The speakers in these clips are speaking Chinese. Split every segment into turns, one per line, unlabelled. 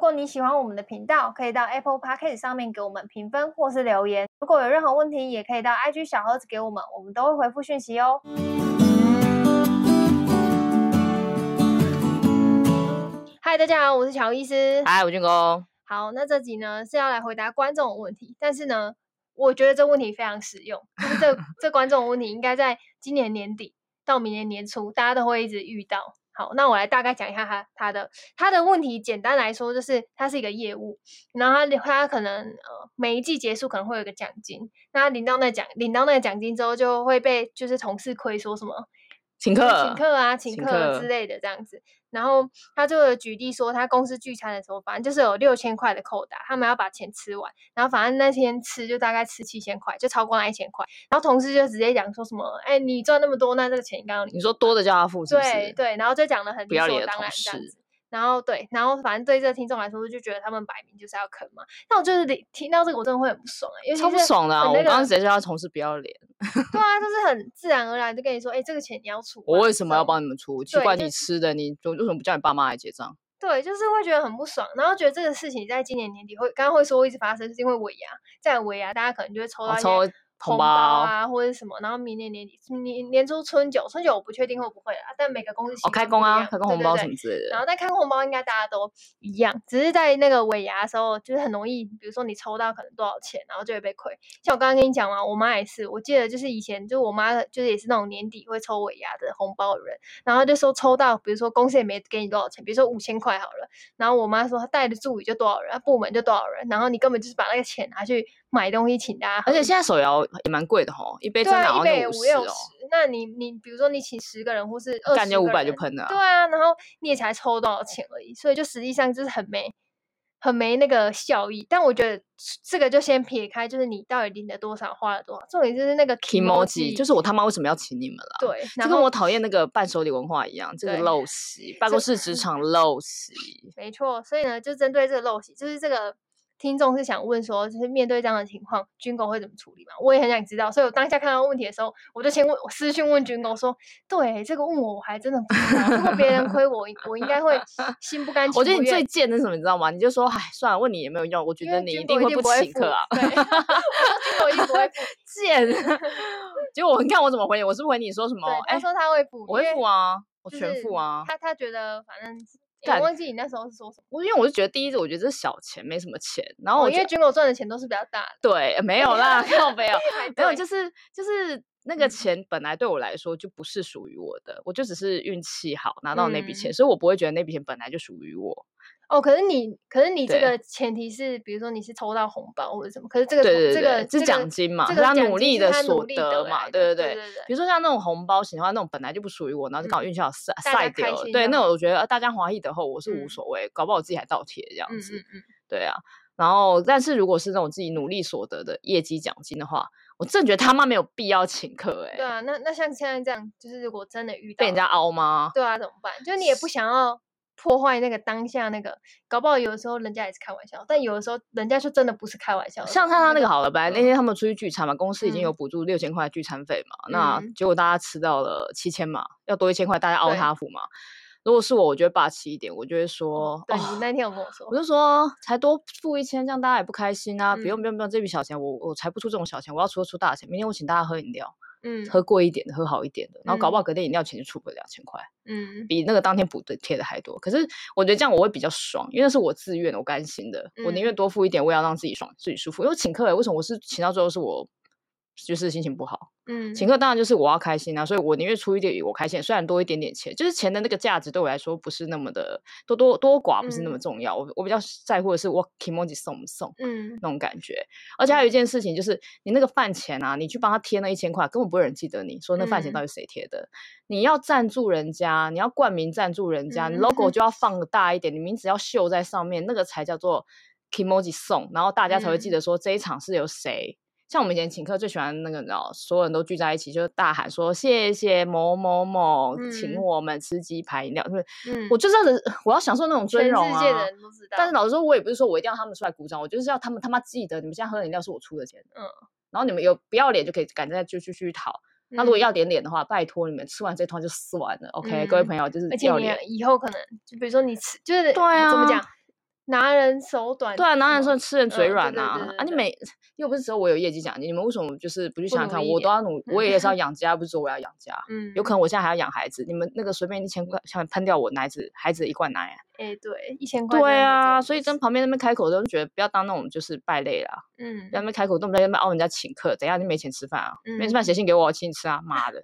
果你喜欢我们的频道，可以到 Apple Podcast 上面给我们评分或是留言。如果有任何问题，也可以到 IG 小盒子给我们，我们都会回复讯息哦。嗨，大家好，我是乔医师。
嗨，吴俊公，
好，那这集呢是要来回答观众的问题，但是呢，我觉得这问题非常实用，就是这这观众的问题应该在今年年底到明年年初，大家都会一直遇到。好，那我来大概讲一下他他的他的问题，简单来说就是他是一个业务，然后他他可能呃每一季结束可能会有一个奖金，那他领到那奖领到那个奖金之后就会被就是同事亏说什么
请
就
客，
请客啊，请
请
客之
客
类的这样子。然后他就有举例说，他公司聚餐的时候，反正就是有六千块的扣打，他们要把钱吃完。然后反正那天吃就大概吃七千块，就超过那一千块。然后同事就直接讲说什么：“哎，你赚那么多，那这个钱应该要你
你说多的叫他付，是不是
对对，然后就讲的很
不
理
要
所
脸的
当
同
然这样
事
子。然后对，然后反正对这个听众来说，就觉得他们摆明就是要坑嘛。那我就是理听到这个，我真的会很不爽哎、欸，尤其
超不
是
爽的、啊。
很
我
那
刚刚
个
直接叫他同事不要脸，
对啊，就是很自然而然就跟你说，哎、这个钱你要出啊。
我为什
这
么要
种
帮你们出？奇
对
怪，
就
你吃的，你为什么不叫你爸妈来结账？
对，就是会觉得很不爽，然后觉得这个事情在今年年底会，刚刚会说会一直发生，是因为尾牙，在尾牙大家可能就会抽
我
到一些
哦抽
哦啊红
红
包
包
啊或者什么，然后明年年底年年初春酒，春酒我不确定会不会啦，但每个公司
哦，
习
开
惯不
工
一
啊，
样
开工
对
红
对
包
对
什么之类
然
的。
后但看红包应该大家都一样，只是在那个尾牙的时候，就是很容易，比如说你抽到可能多少钱，然后就会被亏。像我刚刚跟你讲嘛，我妈也是，我记得就是以前就我妈就是也是那种年底会抽尾牙的红包的人，然后就说抽到，比如说公司也没给你多少钱，比如说五千块好了，然后我妈说她带的助理就多少人，她部门就多少人，然后你根本就是把那个钱拿去买东西请大家喝，
而且现在手摇也蛮贵的吼，一杯
嗯对
真的
啊，
好
一
像
杯
就
五
十
六
哦
十，，那你你比如说你请十个人或是二
干
十
就五
个
百就
人，
喷了
对
啊。
啊，然后你也才抽多少钱而已，所以就实际上就是很没很没那个效益。但我觉得这个就先撇开，就是你到底领了多少，花了多少，重点就是那个
emoji 就是是我他妈为什么要请你们啦？
对，
就
然
跟
后
我讨厌那个伴手礼文化一样，这个
对
陋习，办公室职场陋习。
没错，所以呢，就针对这个陋习，就是这个听众是想问说，就是面对这样的情况，军工会怎么处理嘛？我也很想知道，所以我当下看到问题的时候，我就先问我私讯问军工说，对这个问我，我还真的不知道，如果别人亏我，我应该会心不甘情
我觉得
不
你最
愿。
贱的是什么，你知道吗？你就说，哎，算了，问你也没有用，我觉
因
得
为
你
军
一
工
定
一
会
定
不
不会
请
付
客啊。
对，我 说军工一定不 会付。
贱。结果我你看我怎么回你？我是回你说什么
对，？他
哎、
说他会付，
我会付
啊，
啊，我
就
全
是
付啊。
他他觉得反正诶
干
我忘记你那时候是说什么，
我因为我就觉得第一，我觉得这是小钱，没什么钱。然后
哦，
我
因
觉
为
得、
军工赚的钱都是比较大的，
对，没有啦， 没有没 有
还
没有，
哎对
就是就是那个
嗯
钱本来对我来说就不是属于我的，我就只是运气好拿到那笔钱，
嗯
所以我不会觉得那笔钱本来就属于我。
哦，可是你，可是你这
对
个前提是，比如说你是抽到红包或者什么，可是这个
对
同
对
这
对
个
对，是
这
奖
个
金嘛，
这
是
个
他
奖
努
金
力
是
的
他努
所
力
得
得
嘛，
来
对
的
对
对对嗯
比如说像那种红包型的话，那种本来就不属于我，然后就刚好运气好晒
大家开
晒掉了，
心
对，
就
那
好
我觉得、呃、大家华裔的后，我是
嗯
无所谓，搞不好我自己还倒贴这样
嗯
子，
嗯嗯，
对啊。然后，但是如果是那种自己努力所得的业绩奖金的话，我真的觉得他妈没有必要请客哎、
对啊，那那像现在这样，就是如果真的遇到
被人家
了，
凹吗？
对啊，怎么办？就你也不想要破坏那个当下那个，搞不好有的时候人家也是开玩笑，但有的时候人家就真的不是开玩笑的呃那种，
像他他那个好了，本来
嗯
那天他们出去聚餐嘛，公司已经有
嗯
补助六千块聚餐费嘛，那
嗯
结果大家吃到了七千嘛，要多一千块，大家凹
对
他付嘛。如果是我，我就会霸气一点，我就会说，
对
哦
你那天有跟我说
我，就说才多付一千，这样大家也不开心啊！不
嗯
用不用不用，这笔小钱我我才不出这种小钱，我要出出大钱。明天我请大家喝饮料，
嗯
喝贵一点的，喝好一点的，然后搞不好
嗯
隔天饮料钱就出个两千块，
嗯
比那个当天补的贴的还多。可是我觉得这样我会比较爽，因为那是我自愿的，我甘心的，我
嗯
宁愿多付一点，我也要让自己爽，自己舒服。因为请客、欸，为什么我是请到最后是我就是心情不好？
嗯，
请客当然就是我要开心啊，所以我宁愿出一点我开心，虽然多一点点钱，就是钱的那个价值对我来说不是那么的多多多寡不是那么
嗯
重要，我我比较在乎的是我 k i m o j i 送不送
嗯
那种感觉。而且还有一件事情就是，你那个饭钱啊，你去帮他贴那一千块，根本不会有人记得你说那
嗯
饭钱到底谁贴的。你要赞助人家，你要冠名赞助人家，你
嗯
logo 就要放的大一点，你名字要绣在上面，那个才叫做 k i m o j i 送，然后大家才会记
嗯
得说这一场是由谁。像我们以前请客最喜欢那个，你知道，所有人都聚在一起，就大喊说谢谢某某某，
嗯
请我们吃鸡排饮料。就是
嗯，
我就这样子，我要享 受那种
全
尊
世
荣啊。
界的人都知道，
但是老实说，我也不是说我一定要他们出来鼓掌，我就是要他们他妈记得你们现在喝的饮料是我出的钱。
嗯。
然后你们有不要脸就可以赶在就去去讨。那如
嗯
果要点脸的话，拜托你们吃完这趟就算了，OK？、各位
嗯
朋友就是
而且
要
你
脸
也以后可能就比如说你吃，就是
对
怎么
啊
讲？拿人手短，
对啊，拿人
说
算吃人
嗯
嘴
对
软
对
呐、
对对
啊！你
对
每又不是只有我有业绩奖金，你们为什么就是不去
不
想
努
想看？
力一
我都
点
要努，我也是要养家，不是说我要养家。
嗯，
有可能我现在还要养孩子，你们那个随便一千块想喷掉我奶子孩子的一罐奶，啊
哎、对，一千块真的没
对啊，
做
所以跟旁边那边开口都觉得不要当那种就是败类啦，
嗯
不要那边开口动不动在那边熬人家请客，等一下你没钱吃饭啊，没吃饭
嗯
写信给我，我请你吃啊，妈 的，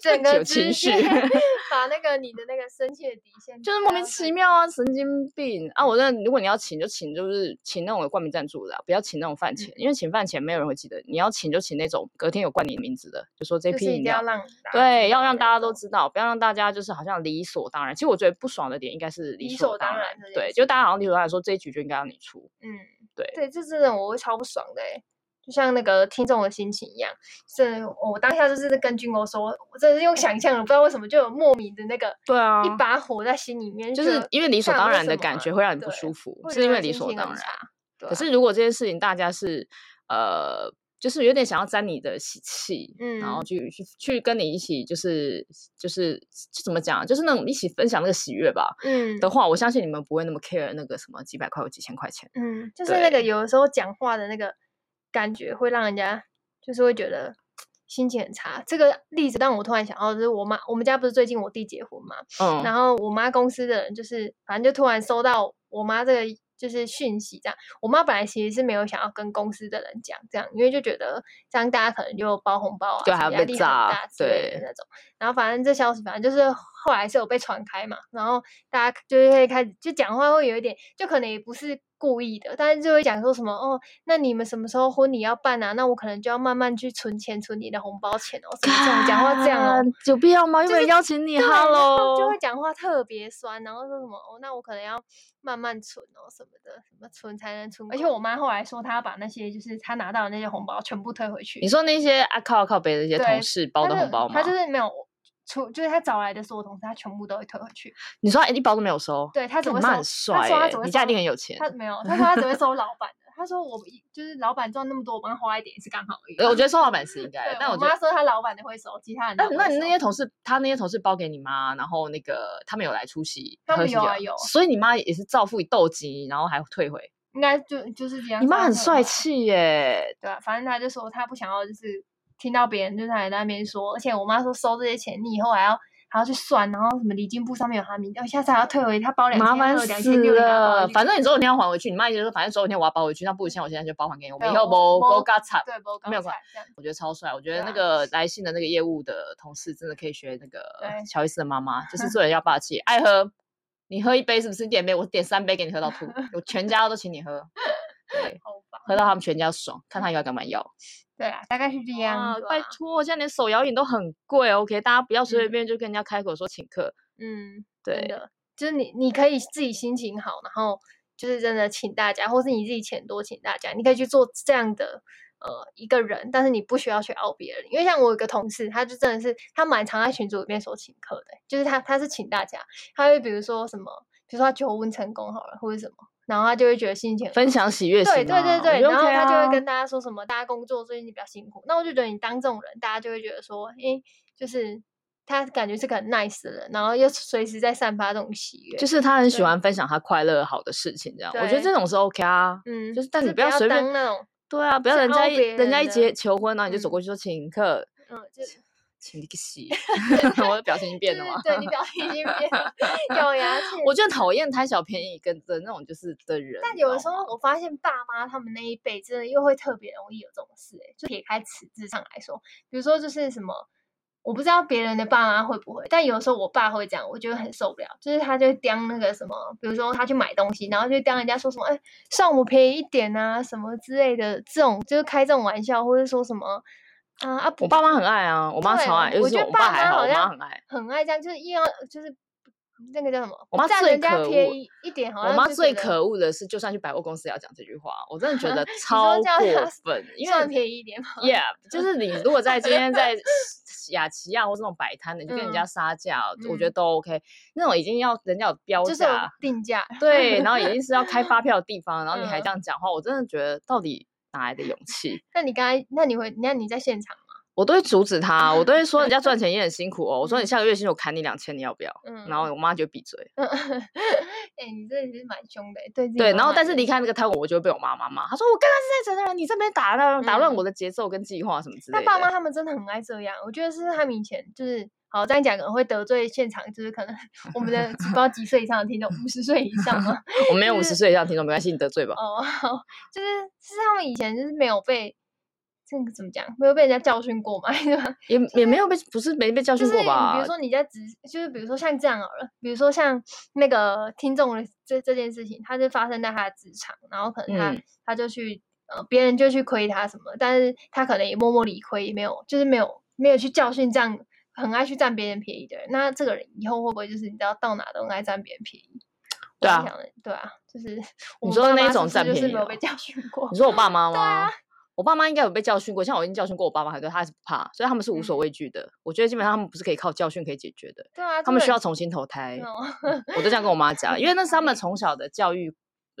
整个
有情
直
绪
接 把那个你的那个生气的底线
就是莫名其妙啊，神经病啊！我真的，如果你要请就请，就是请那种有冠名赞助的啊、不要请那种饭钱，因为请饭钱没有人会记得，你要请就请那种隔天有冠你名字的，就说这
妙就是
批
一定
饮料
要。让大家
对，
知
要
道那
让大家都
种
知道，不要让大家就是好像理所当然。其实我觉得不爽的点应该是理
理
所
所当
然
然这件
对，
事
就大家好像理所当然说这一局就应该让你出，
嗯，
对
对，这真的我会超不爽的、欸，就像那个听众的心情一样，是我当下就是跟军哥说，我真的是用想象的，不知道为什么就有莫名的那个
对啊
一把火在心里面，
就是
觉得
因为理所
干
当
为
然
什
的
么
感
啊
觉会让你不
对
舒服，
会
是
觉
因
得
为理
心
所
情很
当然。
差对
可
啊
是如果这件事情大家是呃，就是有点想要沾你的喜气，然后
嗯
去去去跟你一起、就是，就是就怎么讲啊，就是那种一起分享那个喜悦吧。
嗯
的话，我相信你们不会那么 care 那个什么几百块或几千块钱。
嗯，就是那个
对
有的时候讲话的那个感觉，会让人家就是会觉得心情很差。这个例子让我突然想到，就是我妈，我们家不是最近我弟结婚嘛，
嗯，
然后我妈公司的人就是，反正就突然收到我妈这个就是讯息，这样。我妈本来其实是没有想要跟公司的人讲这样，因为就觉得这样大家可能就包红包啊，
对
什
还
么
要
压
被
力很
炸
大之类的
对
那种。然后反正这消息反正就是后来是有被传开嘛，然后大家就是会开始就讲话会有一点，就可能也不是。故意的，但是就会讲说什么哦，那你们什么时候婚礼要办啊？那我可能就要慢慢去存钱，存你的红包钱哦，什么这种讲话这样哦，
干有必要吗？又
就
没有
是
邀请你
对然后
，Hello，
就会讲话特别酸，然后说什么哦，那我可能要慢慢存哦什么的，什么存才能存。而且我妈后来说，她要把那些就是她拿到的那些红包全部退回去。
你说那些啊靠啊靠北的一些
对
同事包
她
的
就
红包吗？
她就是没有出，就是她找来的所有同事，她全部都会退回去。
你说他一包都没有收，
对她只
干
会
你
收，
妈
她
很帅
说她
欸
只会，
你家
收
一定很有钱。
她没有，她说她只会收老板的。她说我一就是老板赚那么多，我帮她花一点也是刚好而已
呃
啊。
我觉得收老板是应该的
对，，
但
我
我觉
妈
得。
说她老板的会收，其他人
那
都不
那
会
你那
收
些同事，他那些同事包给你妈，然后那个他们有来出席，
他
喝
们
喜
有
酒
啊有
所以你妈也是造富以斗鸡，然后还退回。
应该就就是这样。
你妈很帅
气。
气耶，
对啊，反正他就说他不想要，就是听到别人就是还在那边说，而且我妈说收这些钱，你以后还要还要去算，然后什么礼金簿上面有他名字，下次还要退回他包两
麻
千
烦
二、两
死
千六，
了。反正你总有一天要还回去，你妈一直说，反正总有一天我要包回去，那不如像我现在就包还给你，我们
对
以后
我
不
我
不嘎惨。
对不
没有
关
关
这样。
我觉得超帅，我觉
对
得
啊
那个来信的那个业务的同事真的可以学那个
对
乔伊斯的妈妈， 就是做人要霸气，爱喝。你喝一杯是不是？你点杯，我点三杯给你喝 到吐，我全家都请你喝，对，
好吧，
喝到他们全家爽，看他要干嘛要。
对啊，大概是这样。
啊
对
拜
啊
托，现在连手摇饮都很贵，OK，大家不要随随
嗯
便就跟人家开口说请客，
嗯，真
对，
的，就是你你可以自己心情好，然后就是真的请大家，或是你自己钱多请大家，你可以去做这样的呃一个人，但是你不需要去熬别人，因为像我有个同事，他就真的是他蛮常在群组里面说请客的，就是他他是请大家，他会比如说什么，比如说他求婚成功好了，或者什么，然后他就会觉得心情很
分享喜悦型啊、
对对对对，
我觉得
然后
OK
他就会
啊
跟大家说什么，大家工作最近比较辛苦。那我就觉得你当这种人，大家就会觉得说，诶、就是他感觉是个很 nice 的人，然后又随时在散发这种喜悦。
就是他很喜
对
欢分享他快乐好的事情，这样，我觉得
对
这种是 OK 啊，
嗯，
就是但你
不
不要随便
当那种，
对啊，不要
去
人家
凹
一
别
人家
人
一
的
结求婚，然后你就
嗯
走过去说请客，
嗯，就
请你个戏， 我的表情已经变了
就是
嘛。
对你表 情已经 变了咬牙切
我就很
齿
讨厌贪小便宜跟的那种就是的人。
但
你
有
知
的
道
时候，我发现爸妈他们那一辈真的又会特别容易有这种事、欸，就撇开尺字上来说，比如说就是什么，我不知道别人的爸妈会不会，但有的时候我爸会这样，我觉得很受不了，就是他就会刁那个什么，比如说他去买东西，然后就刁人家说什么，哎、算我便宜一点啊，什么之类的，这种就是开这种玩笑，或者说什么啊啊，
我爸妈很爱啊，我妈
对
超爱，尤
我
其
觉
是
得
我
爸
爸还
妈
好，
好
我妈
像
很爱。
很爱这样，就是硬要就是那个叫什么，
我妈
占
最
人家
可恶
便宜一点，好
我
像
妈
就
最
觉得
可恶的是，就算去百货公司也要讲这句话，我真 的觉得
说
超
叫她
过分，因
算
为
便宜一点嘛，
Yeah，就是你如果在今天在雅琪啊亚或是那种摆摊的，你就跟人家
嗯
杀价，我觉得
嗯
都 OK。那种已经要人家有标
就是有
价，
定价，
对，然后已经是要开发票的地方，然后你还
嗯
这样讲话，我真的觉得到底哪来的勇气？
那你刚才，那你会，那你在现场吗？
我都会阻止他，啊我都会说人家赚钱也很辛苦哦。我说你下个月薪水我砍你两千，你要不要？
嗯，
然后我妈就闭嘴。
嗯，哎、你真的是蛮凶的，对自己
对，
妈
然后
妈
但是
也
离开那个摊，我就会被我妈妈骂。她说我刚刚是在责任人，你这边打乱打
嗯
乱我的节奏跟计划什么之类
但
的。
爸妈他们真的很爱这样，我觉得是他们以前就是好这样讲可能会得罪现场，就是 可能我们的不知道几岁以上的听众，五十岁以上嘛，
我没有
就
五
是
十岁以上听众没关系，你得罪吧。
哦，好就是是他们以前就是没有被这个怎么讲，没有被人家教训过嘛， 对吧？
也也没有被不是没被教
就
训
是
过
你比
吧
如？说你在职，就是比如说像这样好了，比如说像那个听众的这这件事情，他是发生在他的职场，然后可能他、
嗯
他就去呃别人就去亏他什么，但是他可能也默默理亏，没有就是没有没有去教训这样很爱去占别人便宜的人，那这个人以后会不会就是你知道到哪都很爱占别人便宜？我
对
在
啊
想的，对啊，就是
你
我
说
爸
那
妈
种
是不是
占
就是
便宜
没有
哦
被教训过
你，说我爸妈
对啊
吗？我爸妈应该有被教训过，像我已经教训过我爸妈很多，他还是不怕，所以他们是无所
嗯
畏惧的。我觉得基本上他们不是可以靠教训可以解决的，
对啊，
他们
这
需
个
要重新投胎。嗯
哦
我都这样跟我妈讲，因为那是他们从小的教育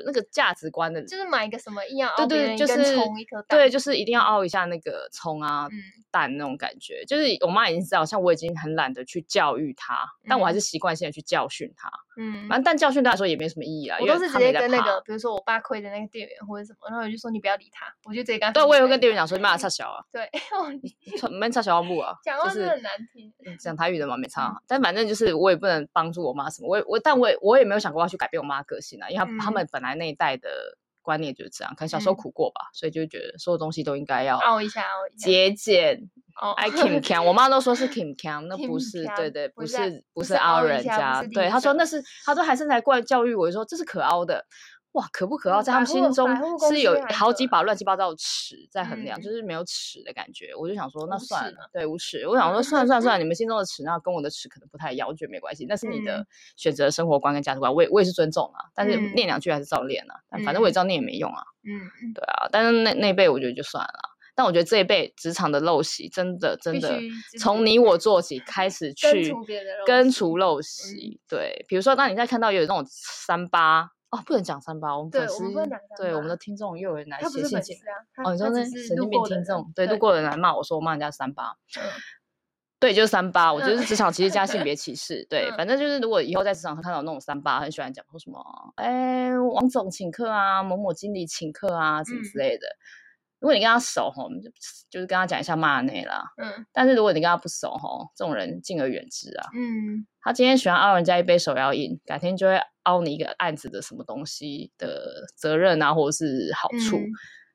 那个价值观的，
就是买一个什么硬要
对
熬别
对，
人
就
一根
是
葱一颗蛋，
对，就是一定要熬一下那个葱啊、
嗯
蛋那种感觉。就是我妈已经知道，像我已经很懒得去教育她，但我还是习惯性的去教训她。
嗯
反，正但教训对她来说也没什么意义啊，
我
因
都
为
是
她
直
没
接
在
跟那
怕
个，比如说我爸亏的那个店员或者什么，然后我就说你不要理他，我就直接跟他
对，
分
我也
开
会跟店员讲说，骂 差小啊，
对，
差没差小要木啊，
讲
就
话
是
真的很难听。
讲
嗯
台语的嘛，没差。啊但反正就是我也不能帮助我妈什么，我也我但我也我也没有想过要去改变我妈的个性啊，因为她、她
嗯
们本来那一代的观念就是这样，可能小时候
嗯哦
苦过吧，所以就会觉得所有东西都应该要
凹一下，凹一下。
节俭。
哦，
哎，Kim Kang，我妈都说是 Kim Kang，那
Kim
不是，
Kang，
对对，
不
不
是在
是
不
不
是
是
凹
凹
人
人
家不
家
是，地
对，她说
上
那是，她说还是来怪教育我，说这是可凹的。哇，可不可
嗯
凹，在他
百
们
货
心中
百货公
是有
司来
好几
着
把乱七八糟的尺在衡量，
嗯
就是没有尺的感觉。我就想说，
无
那
尺
算了
嘛，
对，无尺。我想说，算了算了算了，你们心中的尺，那跟我的尺可能不太一样，我觉得没关系，那是你的
嗯
选择生活观跟价值观，我也我也是尊重啊，但是
嗯
念两句还是照念啊，但反正我也
嗯
知道念也没用啊，
嗯，嗯
对啊，但是那那一辈我觉得就算了，但我觉得这一辈职场的陋习真的真
必
的
须就是
从你我做起 开始
根
去
除别人的陋
根
习嗯
除陋习。对，比如说当你在看到有那种三八哦，不能讲三八，我们
对
粉
我们
丝
不能讲
对我
38
们的听众又有人来
他不
写
是
信
粉
进
丝啊，他
哦，你说
他
那
只是
神
路
经病
过的
听
人
众，对
对，
路过的人来骂我说我骂人家三八，
嗯
对，就是三八，我觉得
嗯
是职场歧视加性别歧视。对
嗯，
反正就是如果以后在职场上看到那种三八，很喜欢讲说什么，哎，王总请客啊，某某经理请客啊，什么
嗯
之类的。如果你跟他熟吼，你就就是跟他讲一下骂内啦。
嗯
但是如果你跟他不熟吼，这种人敬而远之啊。
嗯，
他今天喜欢凹人家一杯手摇饮，改天就会凹你一个案子的什么东西的责任啊，或者是好处。
嗯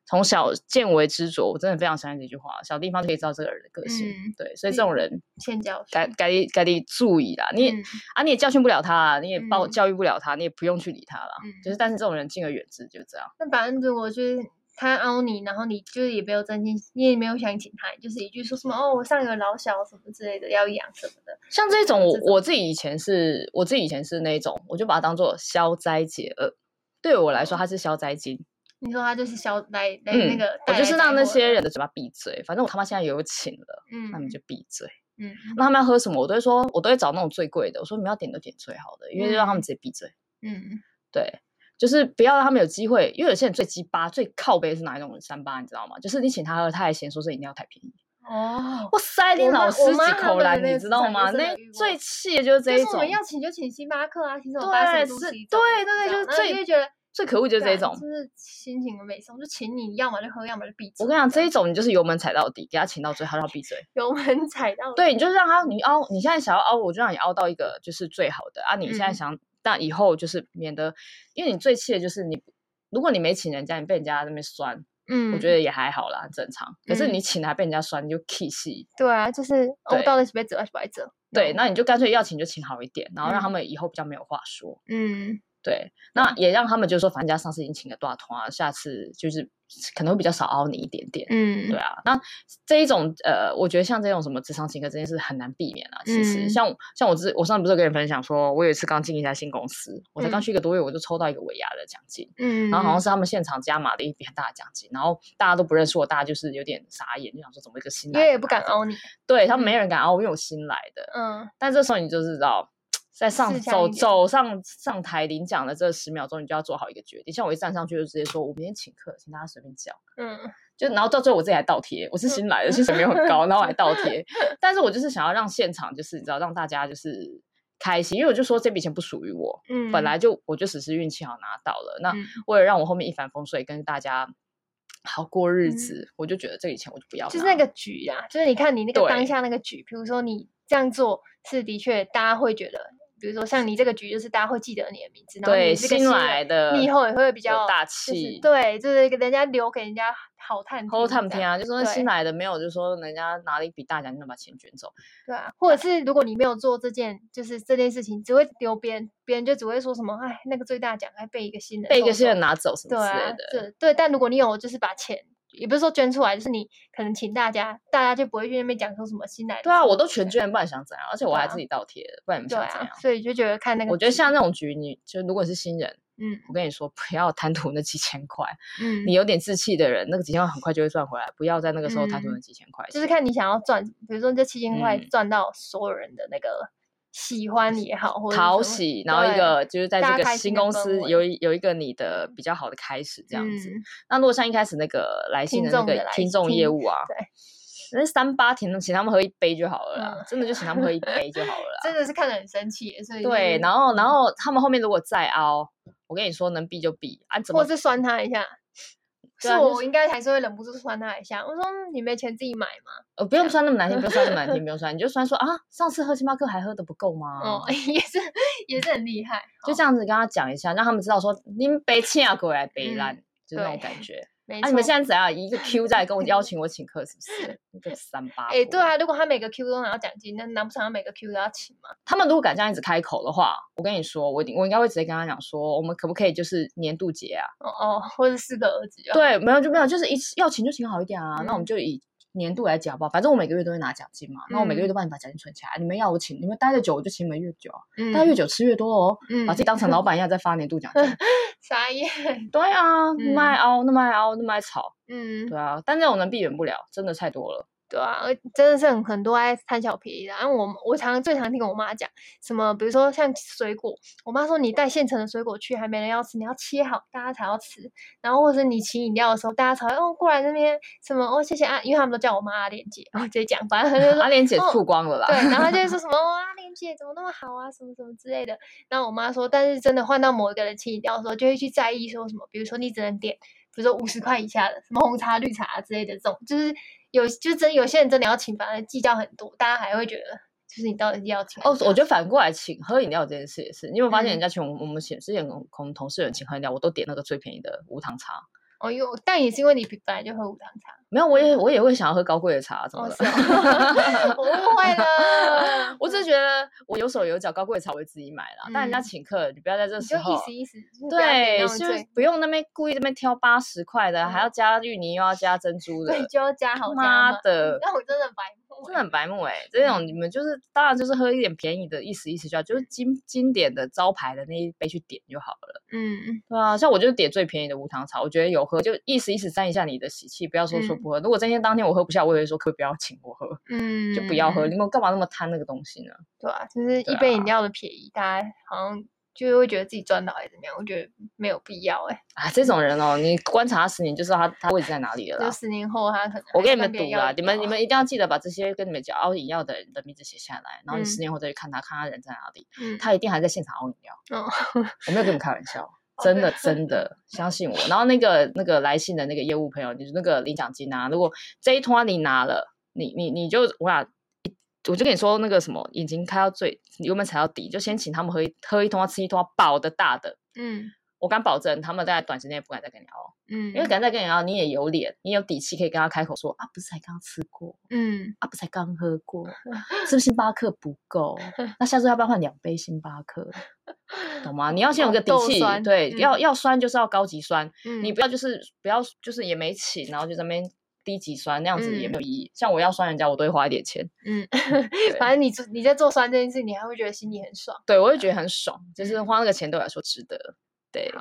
从小见微知著，我真的非常相信这句话，小地方就可以知道这个人的个性。
嗯
对，所以这种
嗯
人
欠教
该
训
该该得注意啦。你也、
嗯
啊，你也教训不了他啊，你也报
嗯
教育不了他，你也不用去理他啦。就是，
嗯
但是这种人敬而远之，就是这样。
那反正如果就是他凹你，然后你就是也没有真心，你也没有想请他，就是一句说什么哦，我上有老小什么之类的，要养什么的，
像这种，我
这
我自己以前是，我自己以前是那种，我就把它当做消灾解厄。对我来说，它是消灾金。
你说他就是消来来哎那
嗯
个，，
我
带
就是
来
让
灾
那
祸
些
的，
人的嘴巴闭嘴。反正我他妈现在有请了，
嗯，
那你就闭嘴。
嗯
那他们要喝什么，我都会说，我都会找那种最贵的。我说你们要点就点最好的，因为就让他们
嗯
直接闭嘴。
嗯
对，就是不要让他们有机会，因为有些人最鸡巴、最靠背是哪一种人？三八，你知道吗？就是你请他喝，他还嫌说这饮料太便宜。
嗯，哦，
哇塞，你
我妈
老
我
师
妈
几
他
口
们的
蓝，
那
你
个
知
职
道
场就
吗？
是
那
有遇过
最气的就是这
就
一
是我
种
们，要请就请星巴克啊，请什么巴
对，
士都
是，
一种
对对对，
这
就
样然后你
是
就
最
会觉得
最可恶就是这
干
一种。
就是心情没送，就请你要么就喝，要么就闭嘴。
我跟你讲，这一
样
种你就是油门踩到底，给他请到最后，让他闭嘴。
油门踩到，
对，你就让他你凹，你现在想要凹，我就让你凹到一个就是最好的啊！你现在
嗯
想，但以后就是免得，因为你最气的就是你，如果你没请人家，你被人家在那边酸，
嗯，
我觉得也还好啦，很正常。可是
嗯
你请来被人家酸，你就 k 戏。
对啊，就是哦，
对
到底是被折还是不被折？
对，
然后
那你就干脆要请就请好一点，然后让他
嗯
们以后比较没有话说。
嗯
对，那也让他们就说，反正人家上次已经请了多少团啊，下次就是可能会比较少凹你一点点。
嗯，
对啊，那这一种呃，我觉得像这种什么职场情歌这件事很难避免啊。其实、
嗯
像像我之我上次不是有跟你分享说，我有一次刚进一家新公司，我才刚
嗯
去一个多月，我就抽到一个尾牙的奖金，
嗯，
然后好像是他们现场加码的一笔很大的奖金，然后大家都不认识我，大家就是有点傻眼，就想说怎么一个新来
因
的
为也不
拿
敢
着，
凹你，
对他们没人敢凹，因为我新来的。
嗯
但这时候你就知道，在上
试下
走
一点
走上上台领奖的这十秒钟，你就要做好一个决定。像我一站上去就直接说，我明天请客，请大家随便叫。
嗯，
就然后到最后我自己还倒贴，我是新来的，薪水没有很高，然后我还倒 贴，但是我就是想要让现场就是你知道让大家就是开心，因为我就说这笔钱不属于我，
嗯，
本来就我就只是运气好拿到了，那
嗯
为了让我后面一帆风顺跟大家好过日子，我就觉得这笔钱我就不要拿，
嗯就是那个局啊，就是你看你那个当
对
下那个局，比如说你这样做是的确大家会觉得，比如说像你这个局，就是大家会记得你的名字，然后
对
你是个
新来的，
你以后也会比
有
较
大
就是
气，
对，就是人家留给人家好探
偷探
这
听
样
啊，就说
对
新来的没有，就说人家拿了一笔大奖，就能把钱卷走。
对啊，或者是如果你没有做这件，就是这件事情，只会留别人，别人就只会说什么，哎，那个最大奖还被一个新人
被一
偷
个新人
走
拿走什
对
么之类
啊，
的。
这对，但如果你有就是把钱，也不是说捐出来，就是你可能请大家，大家就不会去那边讲说什么新来的
对啊，
新
我
人
都
之
全
类
捐，不然想怎样？而且我还
对啊
自己倒贴，不然你们
对
想怎
啊
样，？
所以就觉得看那个，
我觉得像那，种局，你就如果你是新人，
嗯
我跟你说，不要贪图那几千块。
嗯，
你有点志气的人，那个几千块很快就会赚回来，不要在那个时候贪图那几千块钱。
嗯就是看你想要赚，比如说你这七千块
嗯
赚到所有人的那个喜欢也好，或者是
讨
什么
喜，然后一
对
个就是在
大家
这
开
个
心
新
的
公
氛
司
围
有一有一个你的比较好的开始，这样子。
嗯
那如果像一开始那个来信
听
的那
众的
个
来
听众
听
业务啊，
对，
那三八请请他们喝一杯就好了啦，
嗯
真的就请他们喝一杯就好了 啦。
真的是看得很生气耶，所以就
啊对，
是
然后然后他们后面如果再凹，我跟你说能避就避啊，怎
或
么
是酸他一下。是
对啊就
我，
是
我应该还是会忍不住酸他一下。我说嗯你没钱自己买嘛，
呃不用酸那么难 听，不用酸那么难听，不用酸，你就酸说啊，上次喝星巴克还喝的不够吗？
哦， 也是也是很厉害，
嗯
哦
就
好
这样子跟他讲一下，让他们知道说您被欠啊，过来被
嗯
烂，就是那种
对
感觉。
没
啊，
错。
你们现在怎样？一个 Q 在跟我邀请我请客，是不 是？那个三八
哎、
婆
对啊，如果他每个 Q 都拿到奖金，那难不成他每个 Q 都要请吗？
他们如果敢这样一直开口的话，我跟你说，我一定我应该会直接跟他讲说，我们可不可以就是年度结啊？
哦哦，或者四个儿子就好
对，没有就没有，就是一次要请就请好一点啊。那
嗯
我们就以年度来讲吧，反正我每个月都会拿奖金嘛，那我每个月都帮你把奖金存起来。你们要我请，你们待的久，我就请你们越久啊，
嗯
待越久吃越多哦，
嗯
把自己当成老板一样再发年度 奖金。
傻眼，
对啊，
嗯
那么爱凹，那么爱凹，那么爱吵，
嗯，
对啊，但这种能避免不了，真的太多了。
对啊，而真的是很很多爱贪小便宜的啊。然后我我常最常听我妈讲什么，比如说像水果，我妈说你带现成的水果去，还没人要吃，你要切好，大家才要吃。然后或者是你请饮料的时候，大家才会哦过来那边什么哦谢谢啊，因为他们都叫我妈阿莲姐，然后直接讲，反正她 就说
阿莲姐
哦
曝光了啦，
对，然后她就会说 什么哦阿莲姐怎么那么好啊，什么什么之类的。然后我妈说，但是真的换到某一个人请饮料的时候，就会去在意说什么，比如说你只能点，比如说五十块以下的，什么红茶、绿茶啊之类的这种，就是有就真有些人真的要请，反而计较很多，大家还会觉得就是你到底要请还
哦，
是不
我
要
觉得反过来请喝饮料这件事也是，你有没有发
嗯
现人家请我们我们请之前我们同事有人请喝饮料，我都点那个最便宜的无糖茶，
哦，因为我但也是因为你本来就喝无糖茶，
没有我也我也会想要喝高贵的茶，啊怎
嗯
么
哦
了，
是？哦， 我误会了
我只是觉得我有手有脚，高贵的茶我会自己买啦。但人家
嗯
请客，你不要在这
你
时
就
候
意思意思，就是不要点
对，
那种
就
最嗯
是不用那边故意那边挑八十块的，还要加芋泥又要加珍珠的
对，就要加好加嗯
妈
满
的
那我真的白目
真
欸
的很白目哎、这
嗯
种你们就是当然就是喝一点便宜的，意思意思就好，就是经经典的招牌的那一杯去点就好了。
嗯
对啊，像我就点最便宜的无糖茶，我觉得有喝就意思意思沾一下你的喜气，不要说说
嗯
不喝。如果今天当天我喝不下，我也会说可不可以不要请我喝，
嗯，
就不要喝。
嗯
你们干嘛那么贪那个东西呢？
对啊，就是
对
一杯饮
啊
料的便宜，大家好像就会觉得自己赚到还是怎么样，我觉得没有必要哎、
啊，这种人哦，你观察他十年就知道他他位置在哪里了
就
啦。
十年后他可能
啊我
还
跟
是
你们
跟别
赌
人要啊
啦，
饮
你们
料
你们一定要记得把这些跟你们讲熬饮料的人的名字写下来，然后你
嗯
十年后再去看他，看他人在哪里，
嗯
他一定还在现场熬饮料。
哦
我没有跟你们开玩笑，
好
真
的
的真的相信我。然后那个那个来信的那个业务朋友，你那个领奖金啊，如果这一通啊你拿了，你你你就我俩。我就跟你说，那个什么，引擎开到最，油门踩到底，就先请他们喝一喝一通啊，吃一通啊，饱的大的，
嗯
我敢保证，他们在短时间内不敢再跟你熬，
嗯，
因为敢再跟你熬，你也有脸，你有底气可以跟他开口说啊，不是才刚吃过，
嗯
啊，不才刚喝过，是不是星巴克不 够？那下次要不要换两杯星巴克？懂吗？你要先 有
哦
个底
够
气，
酸
对，要
嗯
要酸就是要高级酸，
嗯，
你不要就是不要就是也没请，然后就在那边低级酸，那样子也
嗯
没有意义。像我要酸人家，我都会花一点钱，
嗯，
对
反正你做你在做酸这件事，你还会觉得心里很爽。
对我会觉得很爽，就是
嗯
花那个钱对我来说值得。对，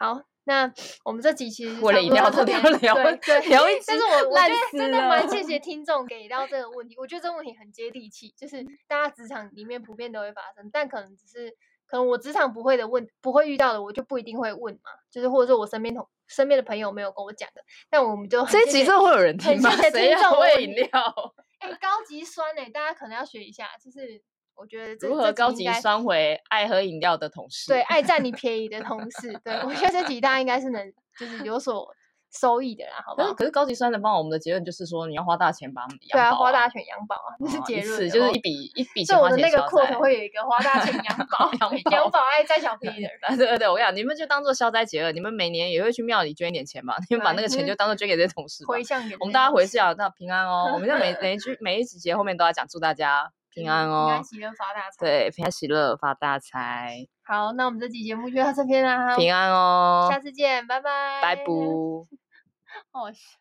好，那我们这集其实
为了
差
饮
不多
料
到这
都聊
边
聊
对对
聊一
但
集
是我我觉
烂
得真
死
的蛮
了
谢谢听众给到这个
嗯
问题，我觉得这个问题很接地气，就是大家职场里面普遍都会发生，但可能只是可能我职场不会的问，不会遇到的，我就不一定会问嘛，就是或者说我身边同身边的朋友没有跟我讲的，那我们就很
这一
谢
集
谢
这会有人听
很
吗？
谢谢
谁
听
要
众
喂
问
饮
题
料？
哎、高级酸哎、大家可能要学一下，就是我觉得这
如
这
何
集
高
应
级
该
酸回爱喝饮料的同事？
对，爱占你便宜的同事，对我觉得这集大家应该是能就是有所收益的啦，好不
可是
好？
可是高级酸的帮我们的结论就是说，你要花大钱把
对啊，
养饱
花大钱养宝啊， 这是
哦
结
一
论
次
了
就是
哦
一笔一笔
所以
钱
我
花
的
钱
那个
消
quote
灾
会有一个花大钱养宝
养宝
养宝爱占 小便宜的人。
啊，对对对，我跟你讲，你们就当做消灾解厄，你们每年也会去庙里捐一点钱吧，你们把
对
那个
就
钱
是
就当做捐给这些同事吧。
回向给嗯
我
这些
们大家
同
回
事
去啊，那平安哦。我们就 每每一句每一集节后面都要讲祝大家平安
平安
哦，
喜乐发大财。，
对，平安喜乐发大财，
好，那我们这期节目就到这边啦，
平安哦，
下次见，拜拜，
拜。不。
好笑